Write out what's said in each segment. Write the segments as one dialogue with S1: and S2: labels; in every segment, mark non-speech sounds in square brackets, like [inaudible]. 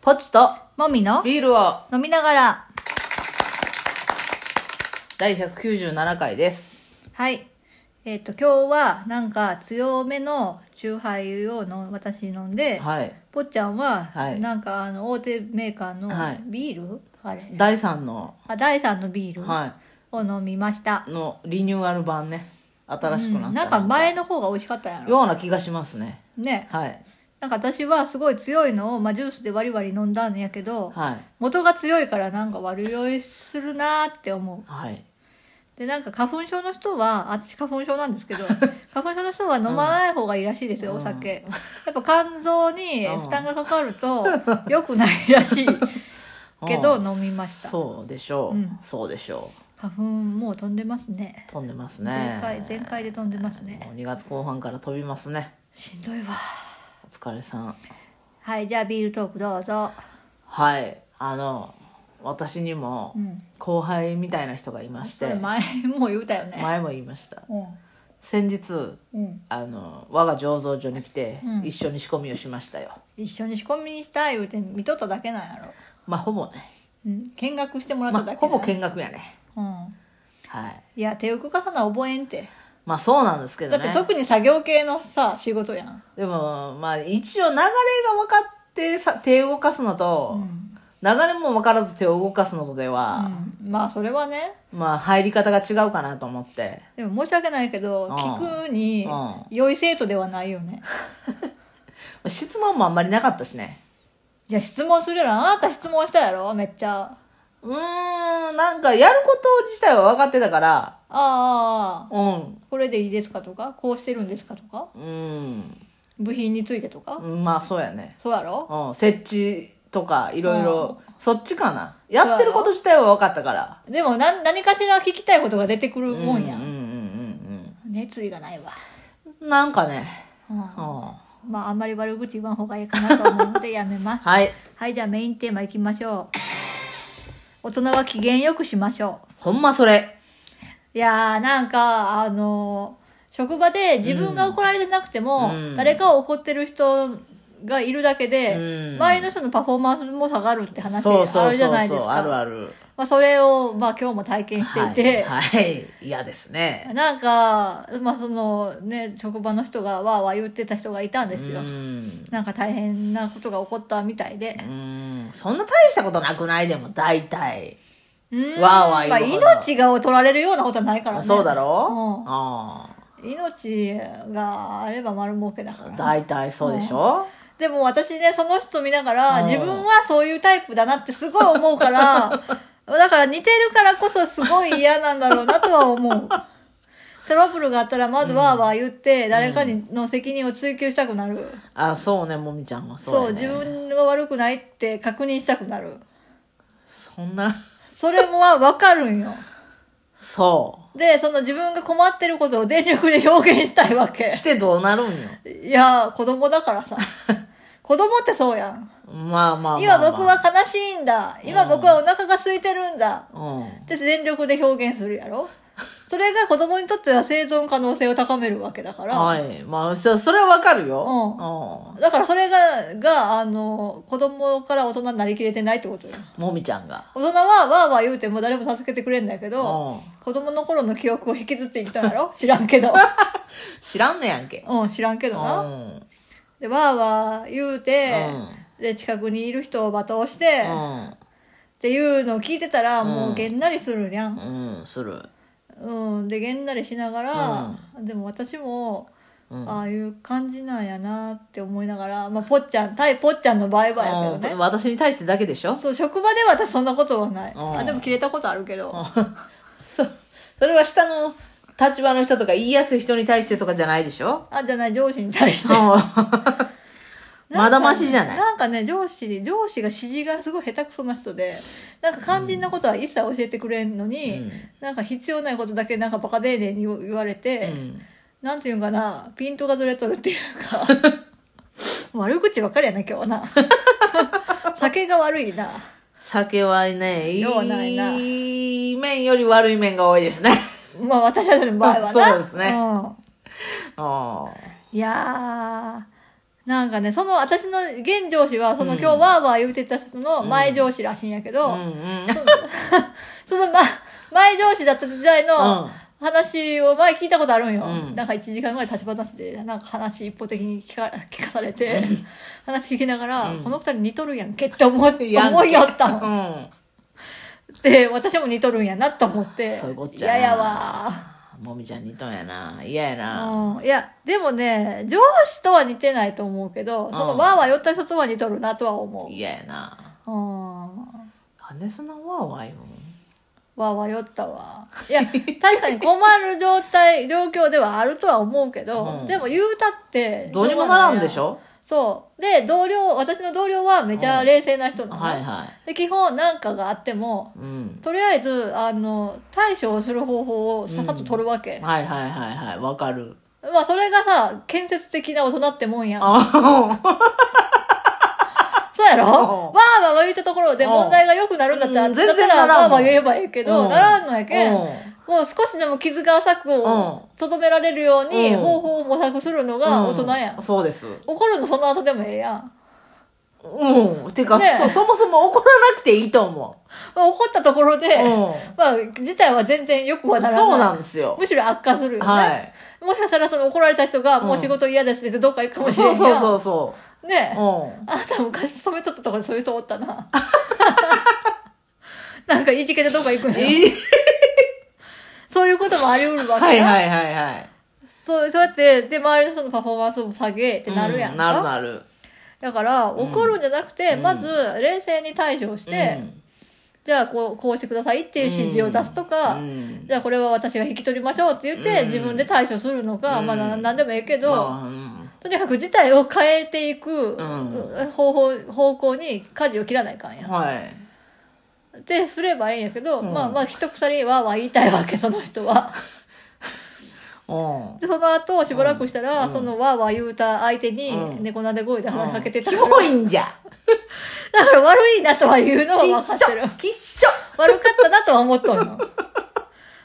S1: ポチと
S2: もみの
S1: ビールは
S2: 飲みながら。
S1: 第197回です。
S2: はい。えっ、と、今日はなんか強めのチューハイをの私飲んで、
S1: はい。
S2: ぽっちゃんは
S1: はい
S2: なんかあの大手メーカーの
S1: はい
S2: ビール、あれ
S1: 第3の、
S2: あ、第3のビール
S1: は
S2: を飲みました。
S1: い。のリニューアル版ね。新しくな
S2: う
S1: っ
S2: ん
S1: た。
S2: なんか前の方が美味しかったやろ。
S1: ような気がしますね。
S2: ね。
S1: はい。
S2: なんか私はすごい強いのを、まあ、ジュースで割り割り飲んだんやけど、
S1: はい。
S2: 元が強いからなんか悪酔いするなーって思う。
S1: はい。
S2: でなんか花粉症の人はあ私花粉症なんです
S1: [laughs]
S2: けど花粉症の人は飲まない方がいいらしいですよ、お酒やっぱ肝臓に
S1: うん
S2: 負担がかかると良くないらしいけど
S1: う
S2: 飲
S1: ん
S2: みました
S1: そうでしょう。
S2: うん
S1: そうでしょ
S2: 花粉もう飛んでますね
S1: う。飛んでます
S2: 全
S1: ね。
S2: 開全開で飛んでますね
S1: もう2月後半から飛びますね。
S2: しんどいわ
S1: お疲れさん。
S2: はいじゃあビールトークどうぞ
S1: はい。あの、私にも
S2: うん
S1: 後輩みたいな人がいまし
S2: そ
S1: て、
S2: れ前も言うたよね
S1: 前も言いました。
S2: う
S1: 先日、
S2: ん、うん、
S1: あの我が醸造所に来て
S2: うん
S1: 一緒に仕込みをしましたよ、
S2: 一緒に仕込みにしたい言うて見とっただけなんやろ、
S1: まあほぼね、
S2: うん、見学してもらっ
S1: ま
S2: ただ
S1: あ、
S2: けな
S1: ほ
S2: ん
S1: ぼ見学やね
S2: うん
S1: はい
S2: いや手を動かさな覚えんて
S1: まあそうなんですけど
S2: だって
S1: ね
S2: 特に作業系のさ仕事やん
S1: でもまあ一応流れが分かってさ手を動かすのと、流れも分からず手を動かすのとでは、
S2: うんまあそれはね
S1: まあ入り方が違うかなと思って
S2: でも申し訳ないけど
S1: うん
S2: 聞くに
S1: う
S2: 良い生徒ではないよね
S1: 質問もあんまりなかったしね
S2: じゃあ質問するやろあなた質問したやろめっちゃあ
S1: うーんなんかやること自体は分かってたから
S2: あ
S1: うん
S2: これでいいですかとかこうしてるんですかとか
S1: うん
S2: 部品についてとか、
S1: まあそうやね
S2: そうやろ
S1: うん、設置とかいろいろそっちかなやってること自体は分かったから
S2: でも何何かしら聞きたいことが出てくるもんや、
S1: うんうん
S2: 熱意がないわ、
S1: うんうんなんかね、
S2: うん
S1: うん、
S2: まああんまり悪口言わん方がいいかなと思うのでやめます
S1: はい
S2: はいじゃあメインテーマいきましょう大人は機嫌よくしましょ
S1: ほんまそれ
S2: ういやーなんかあのー職場で自分が怒られてなくても、
S1: うん
S2: 誰かを怒ってる人がいるだけで、
S1: うん
S2: 周りの人のパフォーマンスも下がるって話
S1: そうそ
S2: あ
S1: う
S2: るじゃ
S1: そ
S2: な
S1: う
S2: いです
S1: そう
S2: か
S1: あるある
S2: まあ、それを、まあ、今日も体験していて、
S1: はいはい嫌ですね
S2: なんか、まあそのね、職場の人がわーわー言ってた人がいたんですよ、
S1: うん
S2: なんか大変なことが起こったみたいで
S1: う、んそんな大したことなくないでも大体
S2: うーん
S1: わーわー言うほど
S2: まあ、命が取られるようなことはないからね
S1: そうだろ
S2: う
S1: あ
S2: 命があれば丸儲けだか
S1: あ
S2: ら
S1: 大体そうでしょ
S2: でも私ねその人見なが
S1: う
S2: ら
S1: ん
S2: 自分はそういうタイプだなってすごい思うから
S1: [laughs]
S2: だから似てるからこそすごい嫌なんだろうなとは思
S1: [laughs]
S2: うトラブルがあったらまずわーわー言って誰かにの責任を追求したくなる、
S1: あそうねもみちゃんは
S2: そう
S1: そう,、ね、
S2: 自分が悪くないって確認したくなる
S1: そんな
S2: それもは分かるんよ
S1: そ
S2: でその自分が困ってることを全力で表現したいわけ
S1: うしてどうなるんよ
S2: いやー子供だか
S1: [laughs]
S2: らさ子供ってそうやん
S1: まあまあまあ、まあ、
S2: 今僕は悲しいんだ今僕はお腹が空いてるんだ
S1: うん
S2: って全力で表現する
S1: [laughs]
S2: やろそれが子供にとっては生存可能性を高めるわけだから、
S1: はい。まあ、そそれはわかるよ。
S2: うん
S1: う
S2: だからそれががあの子供から大人になりきれてないってことよ
S1: ん。もみちゃんが。
S2: 大人はわーわー言うても誰も助けてくれんだけ
S1: う
S2: ど、
S1: ん。
S2: 子供の頃の記憶を引きずっていきたんや
S1: [laughs]
S2: ろ知らんけど
S1: 知らんのやんけ。
S2: うん知らんけ
S1: う
S2: ど
S1: ん。
S2: な、
S1: うん。
S2: でわーわー言うて、で近くにいる人を罵倒して、っていうのを聞いてたらもうげんなりするやん、
S1: うん。うん。する。
S2: うんでげんなりしながら、でも私も
S1: うん。
S2: ああいう感じなんやなって思いながら、まあ、ぽっちゃん対ぽっちゃんの場合はやけ
S1: う
S2: ど
S1: ん
S2: ね
S1: 私に対してだけでしょ
S2: そう職場では私そんなことはない、
S1: うん
S2: あでも切れたことあるけど、
S1: そ、それは下の立場の人とか言いやすい人に対してとかじゃないでしょ
S2: あじゃない上司に対して
S1: うん。 [laughs]
S2: [laughs]
S1: まだましじゃない。
S2: なんかね上司上司が指示がすごい下手くそな人でなんか肝心なことは一切教えてくれんのに、
S1: うん
S2: なんか必要ないことだけなんかバカ丁寧に言われて、
S1: うん。
S2: なんていうんかなピントがずれとるっていう
S1: [laughs]
S2: か悪口ばっかりやな今日はな [laughs] 酒が悪いな
S1: 酒はね、い
S2: 用ないない
S1: 面より悪い面が多いですね。
S2: まあ私たちの場合はな
S1: そうですねう
S2: ん
S1: ん。
S2: いやなんかね、その私の現上司は、その今日わーわー言うてた人の前上司らしいんやけど、
S1: うんうん
S2: その、ま、前上司だった時代
S1: う
S2: の
S1: ん
S2: 話を前聞いたことあるんよ。
S1: うん
S2: なんか1時間ぐらい立ち話で、なんか話一方的に聞か [laughs] 聞かされて、話聞きながら、この二人似とるやんけって思って、
S1: やんけ
S2: 思いよったの。
S1: うん
S2: で、私も似とるんやなと思って、
S1: そういうこっちゃな
S2: 嫌やわ
S1: もみちゃん似とんやな嫌やな
S2: うん、いや、でもね、上司とは似てないと思うけど、そのわーわー寄った人とは似とるなとは思う。
S1: 嫌やな
S2: うん
S1: なんでそんなわーわー言うん
S2: わわよったわいや確かに困る状態状況ではあるとは思うけど、
S1: うん
S2: でも言うたって
S1: どうにもならんでしょ
S2: そうで同僚私の同僚はめちゃ冷静な人なの、
S1: はいは
S2: で基本何かがあっても
S1: いうん
S2: とりあえずあの対処をする方法をさっさと取るわけ、
S1: はいはいはいはいわかる
S2: まあそれがさ建設的な大人ってもんやん
S1: あ
S2: そうやろ
S1: ん
S2: わーわー言ったところで
S1: うん
S2: 問題が良くなるんだったら、
S1: うん全
S2: だっ
S1: 然
S2: た
S1: な
S2: ら
S1: らんもん
S2: わーわー言えば [laughs] いいけど、
S1: うん
S2: ならんのやけ、
S1: うん
S2: もう少しでも傷が浅く
S1: う
S2: とどめられるように
S1: うん
S2: 方法を模索するのが大人やん、
S1: うんそうです
S2: 怒るのその後でもええやん、
S1: うんてか
S2: ね
S1: そそもそも怒らなくていいと思
S2: まあ、怒ったところで、
S1: ううん
S2: まあ、事態は全然よくはならない
S1: そうなんですよ
S2: むしろ悪化するよね、
S1: はい
S2: もしかしたらその怒られた人が
S1: うん
S2: もう仕事嫌ですってどっか行くかもしれん
S1: そ
S2: や
S1: うんそうそうそ
S2: ね
S1: う
S2: え、
S1: うん
S2: あなた昔勤めとったところでそういう人おったな [laughs] なんかいじけてどっか行くんやん
S1: いい
S2: そういうこともあり得るわけ
S1: は
S2: や
S1: いはいはいはい
S2: そうそうやってで周りの人のパフォーマンスも下げってなるやん
S1: う
S2: か、
S1: なるなる
S2: だから怒るんじゃなくて、
S1: うん
S2: まず冷静に対処をして、
S1: うん
S2: じゃあこうこうしてくださいっていう指示を出すとか、
S1: うん
S2: じゃあこれは私が引き取りましょうって言って、
S1: うん
S2: 自分で対処するのか、
S1: うん
S2: まあななんでもええけど、
S1: まあうん
S2: とにかく事態を変えていく、
S1: ん
S2: 方法方向に舵を切らないかんや。
S1: はい
S2: ってすればいいんやけど、
S1: うん
S2: まあまあ一鎖はは言いたいわけその人は。
S1: うん
S2: でその後しばらくしたら、
S1: うん
S2: そのわーわー言うた相手に
S1: うん
S2: 猫なで声で話しかけてた
S1: キ
S2: ら、
S1: モいんじゃ
S2: だから悪いなとは言うのは
S1: きっ
S2: 分かっ
S1: しょ
S2: てる。
S1: きっしょ
S2: 悪かったなとは思っとんの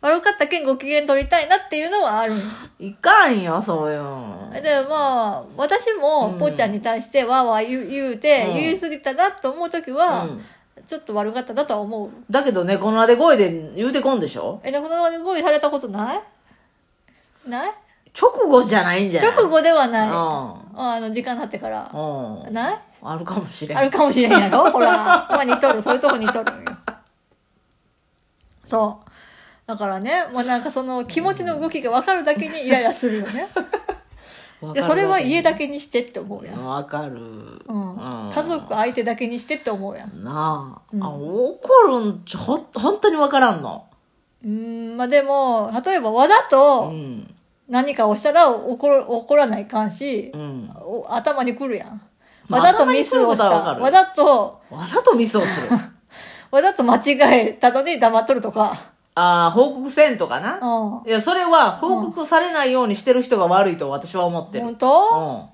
S2: 悪かったけんご機嫌取りたいなっていうのはあるんよ
S1: いかんよそういうの
S2: でまあ私
S1: う
S2: も
S1: ん
S2: ぽっちゃんに対してわーわー言う言うて、
S1: うん
S2: 言い過ぎたなと思う時は、
S1: うん
S2: ちょっと悪かったなとは思う
S1: だけどねこのなで声で言うてこんでしょ
S2: えなこのごめされたことないない
S1: 直後じゃないんじゃない
S2: 直後ではない、あ
S1: 後
S2: の時間経ってから、
S1: うんうん
S2: ない
S1: あるかもしれん
S2: あるかもしれんや
S1: [laughs]
S2: ろほら。まあ似とる。そういうとこ似とるんよ。そう。だからね、もうなんかその気持ちの動きが分かるだけにイライラするよね。
S1: わ
S2: で、
S1: かる
S2: それは家だけにしてって思うやん。
S1: わかる
S2: うん
S1: う。ん
S2: 家族相手だけにしてって思うやん。
S1: なあ,、
S2: うん
S1: あ怒るんちょほん本当にわからんの
S2: うーん、まあでも、例えば和だ
S1: う
S2: と
S1: ん
S2: 何かをしたら怒る怒らないかんし
S1: う、ん
S2: お頭にくるやん。
S1: まあ
S2: 和だとミスを
S1: 頭に来るこ
S2: し
S1: とは
S2: た。
S1: 分かる
S2: 和だと、
S1: わざとミスをす
S2: [laughs]
S1: る
S2: 和だと間違えたのに黙っとるとか。
S1: ああ報告せんとかな
S2: うん。
S1: いやそれは報告されないようにしてる人が悪いと私は思ってる、うん、
S2: 本
S1: い
S2: 当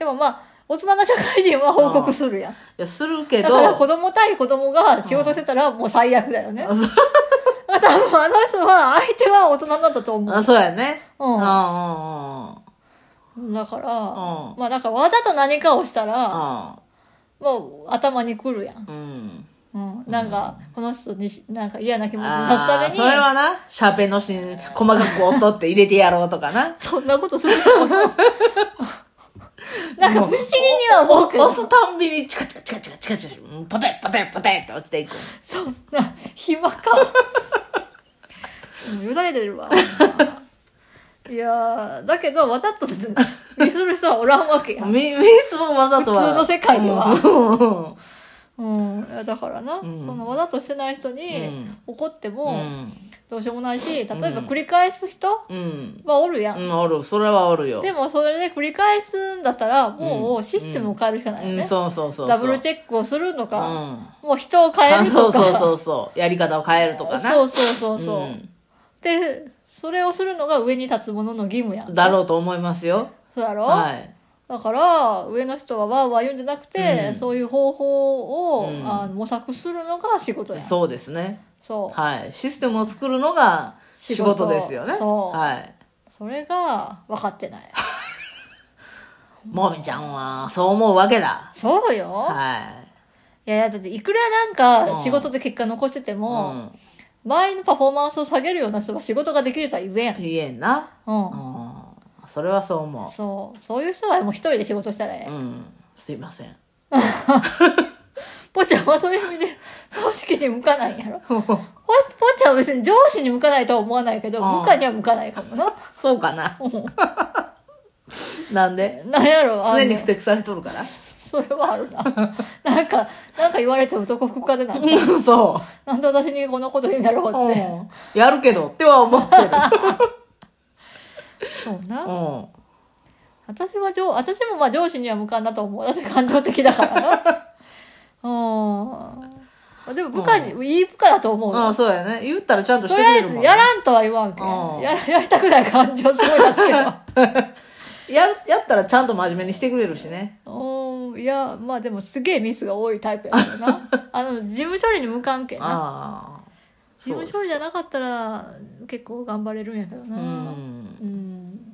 S2: でもまあ大人の社会人は報告するやん
S1: やするけ
S2: だから
S1: ど
S2: 子供対子供が仕事してたらもう最悪だよね、
S1: あそう
S2: だから多分あの人は相手は大人なんだと思
S1: あそうやね
S2: うん
S1: うんうんうん
S2: うだから、
S1: ん
S2: まあだからわざと何かをしたら、
S1: あ
S2: もう頭にくるやん、
S1: あうん
S2: うん、なんかこの人にしなんか嫌な気持ちに出すた
S1: あ
S2: め
S1: あ
S2: に
S1: それはなシャーペンの芯細かく折っとって入れてやろうとかな
S2: そんなことすると思うなんか不思議には思うけど
S1: 押すたんびにチカチカチカチカチカチカうんポテッポテッポテッって落ちていく
S2: そんな暇かもうよだれ出
S1: [laughs]
S2: るわいやーだけどわざとミスる人はおらんわけやん、
S1: ミミスもわざとは
S2: 普通の世界では
S1: は
S2: うん、いやだからな、そのわざとしてない人
S1: う
S2: に
S1: ん
S2: 怒って
S1: う
S2: も
S1: ん
S2: どうしようもないし、例えば繰り返す人
S1: うん
S2: はおるやん、
S1: うんおるそれはおるよ
S2: でもそれで繰り返すんだったらもうシステムを変えるしかないよ
S1: う
S2: ね、
S1: んそうそうそうそう
S2: ダブル
S1: ェッ
S2: チェックをするの
S1: ク
S2: か、もう人を変える
S1: そ
S2: とか
S1: うそうそうそうやり方を変えるとかな
S2: そうそうそうそう、
S1: ん
S2: でそれをするのが上に立つ者の義務やん
S1: だろうと思いますよ
S2: そうやろ、
S1: はい
S2: だから上の人はわーわー言うんじゃなくて、
S1: うん
S2: そういう方法を、
S1: うん
S2: あの模索するのが仕事やん
S1: そうですね
S2: そう
S1: はいシステムを作るのが仕事ですよね
S2: 仕事そう
S1: はい
S2: それが分かってない
S1: もみちゃんはそう思うわけだ。
S2: そうよ、、
S1: はい
S2: やだっていくらなん
S1: う
S2: か
S1: ん
S2: 仕事で結果残してて
S1: い。
S2: も、
S1: う
S2: 周りのパフォーマンスを下げるような人は仕事ができるとは言えん
S1: ん。言えんな。
S2: うん、
S1: うん。それはそう思
S2: そうそういう人はもう一人で仕事したらええ、
S1: う。うん。すいません。
S2: [laughs] ぽちゃんはそういう意味で組織に向かないんやろぽぽちゃんは別に上司に向かないとは思わないけど
S1: うん
S2: 部下には向かないかもな
S1: そうかな。なんで
S2: なんやろあの
S1: 常に不適されとるから。 [laughs]
S2: それはあるな [laughs] なんかなんか言われてもどこ吹くかでなんか
S1: うん、そ
S2: なんで私にこんなことになろ
S1: う。
S2: うっ
S1: う
S2: て
S1: ん。やるけどっては思
S2: [laughs]
S1: ってる。
S2: そうな
S1: う
S2: 私は上私もまあ上司には向かんなと思う私感情的だから
S1: [laughs]
S2: なうんでも部下に、いい部下だと思うよ
S1: ん。うん、そうやね。言ったらちゃんとし
S2: と
S1: て
S2: り
S1: く
S2: あ
S1: れ
S2: え
S1: る
S2: ず
S1: もんね。
S2: やらんとは言わんけん
S1: うん
S2: ややりたくない感情すごい出すけど
S1: やるやったらちゃんと真面目にしてくれるしね。
S2: うーんいやまあでもすげえミスが多いタイプやから
S1: [laughs]
S2: なあの事務処理に向かんけんな
S1: ああ。
S2: 事務処理じゃなかったら結構頑張れるんやけどな
S1: う
S2: うん
S1: ん。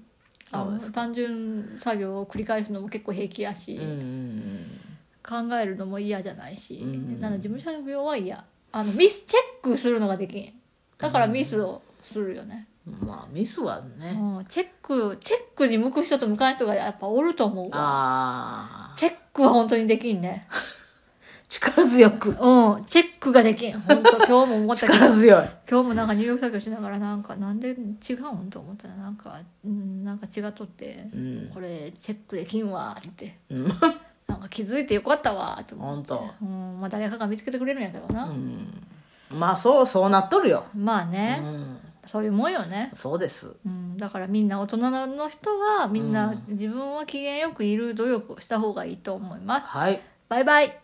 S2: あ
S1: そう
S2: の
S1: です
S2: 単純作業を繰り返すのも結構平気やし、
S1: うん。
S2: 考えるのも嫌じゃないし、
S1: うん
S2: なので事務処理病は嫌あのミスチェックするのができんだからミスをするよね、
S1: まあ、ミスはね。
S2: うん、チェックチェックに向く人と向かない人がやっぱおると思うわ
S1: ああ。
S2: チェックは本当にできんね
S1: 力強く。
S2: うんチェックができん本当今日も思ったけど
S1: 力強い。
S2: 今日もなんか入力作業しながらなんかなんで違うんと思ったらなんかうんなんか違っとって
S1: うん。
S2: これチェックできんわって
S1: うん
S2: なんか気づいてよかったわと思
S1: ほ
S2: っ
S1: ん
S2: て
S1: と。
S2: うんまあ誰かが見つけてくれるんやけど
S1: う
S2: な、
S1: ん。まあ、そう、そうなっとるよ。
S2: まあ
S1: う
S2: ね、
S1: ん。
S2: そういうもんよね
S1: そうです。
S2: うん、だからみんな大人の人はみんな自分は機嫌よくいる努力をした方がいいと思います。
S1: はい。
S2: バイバイ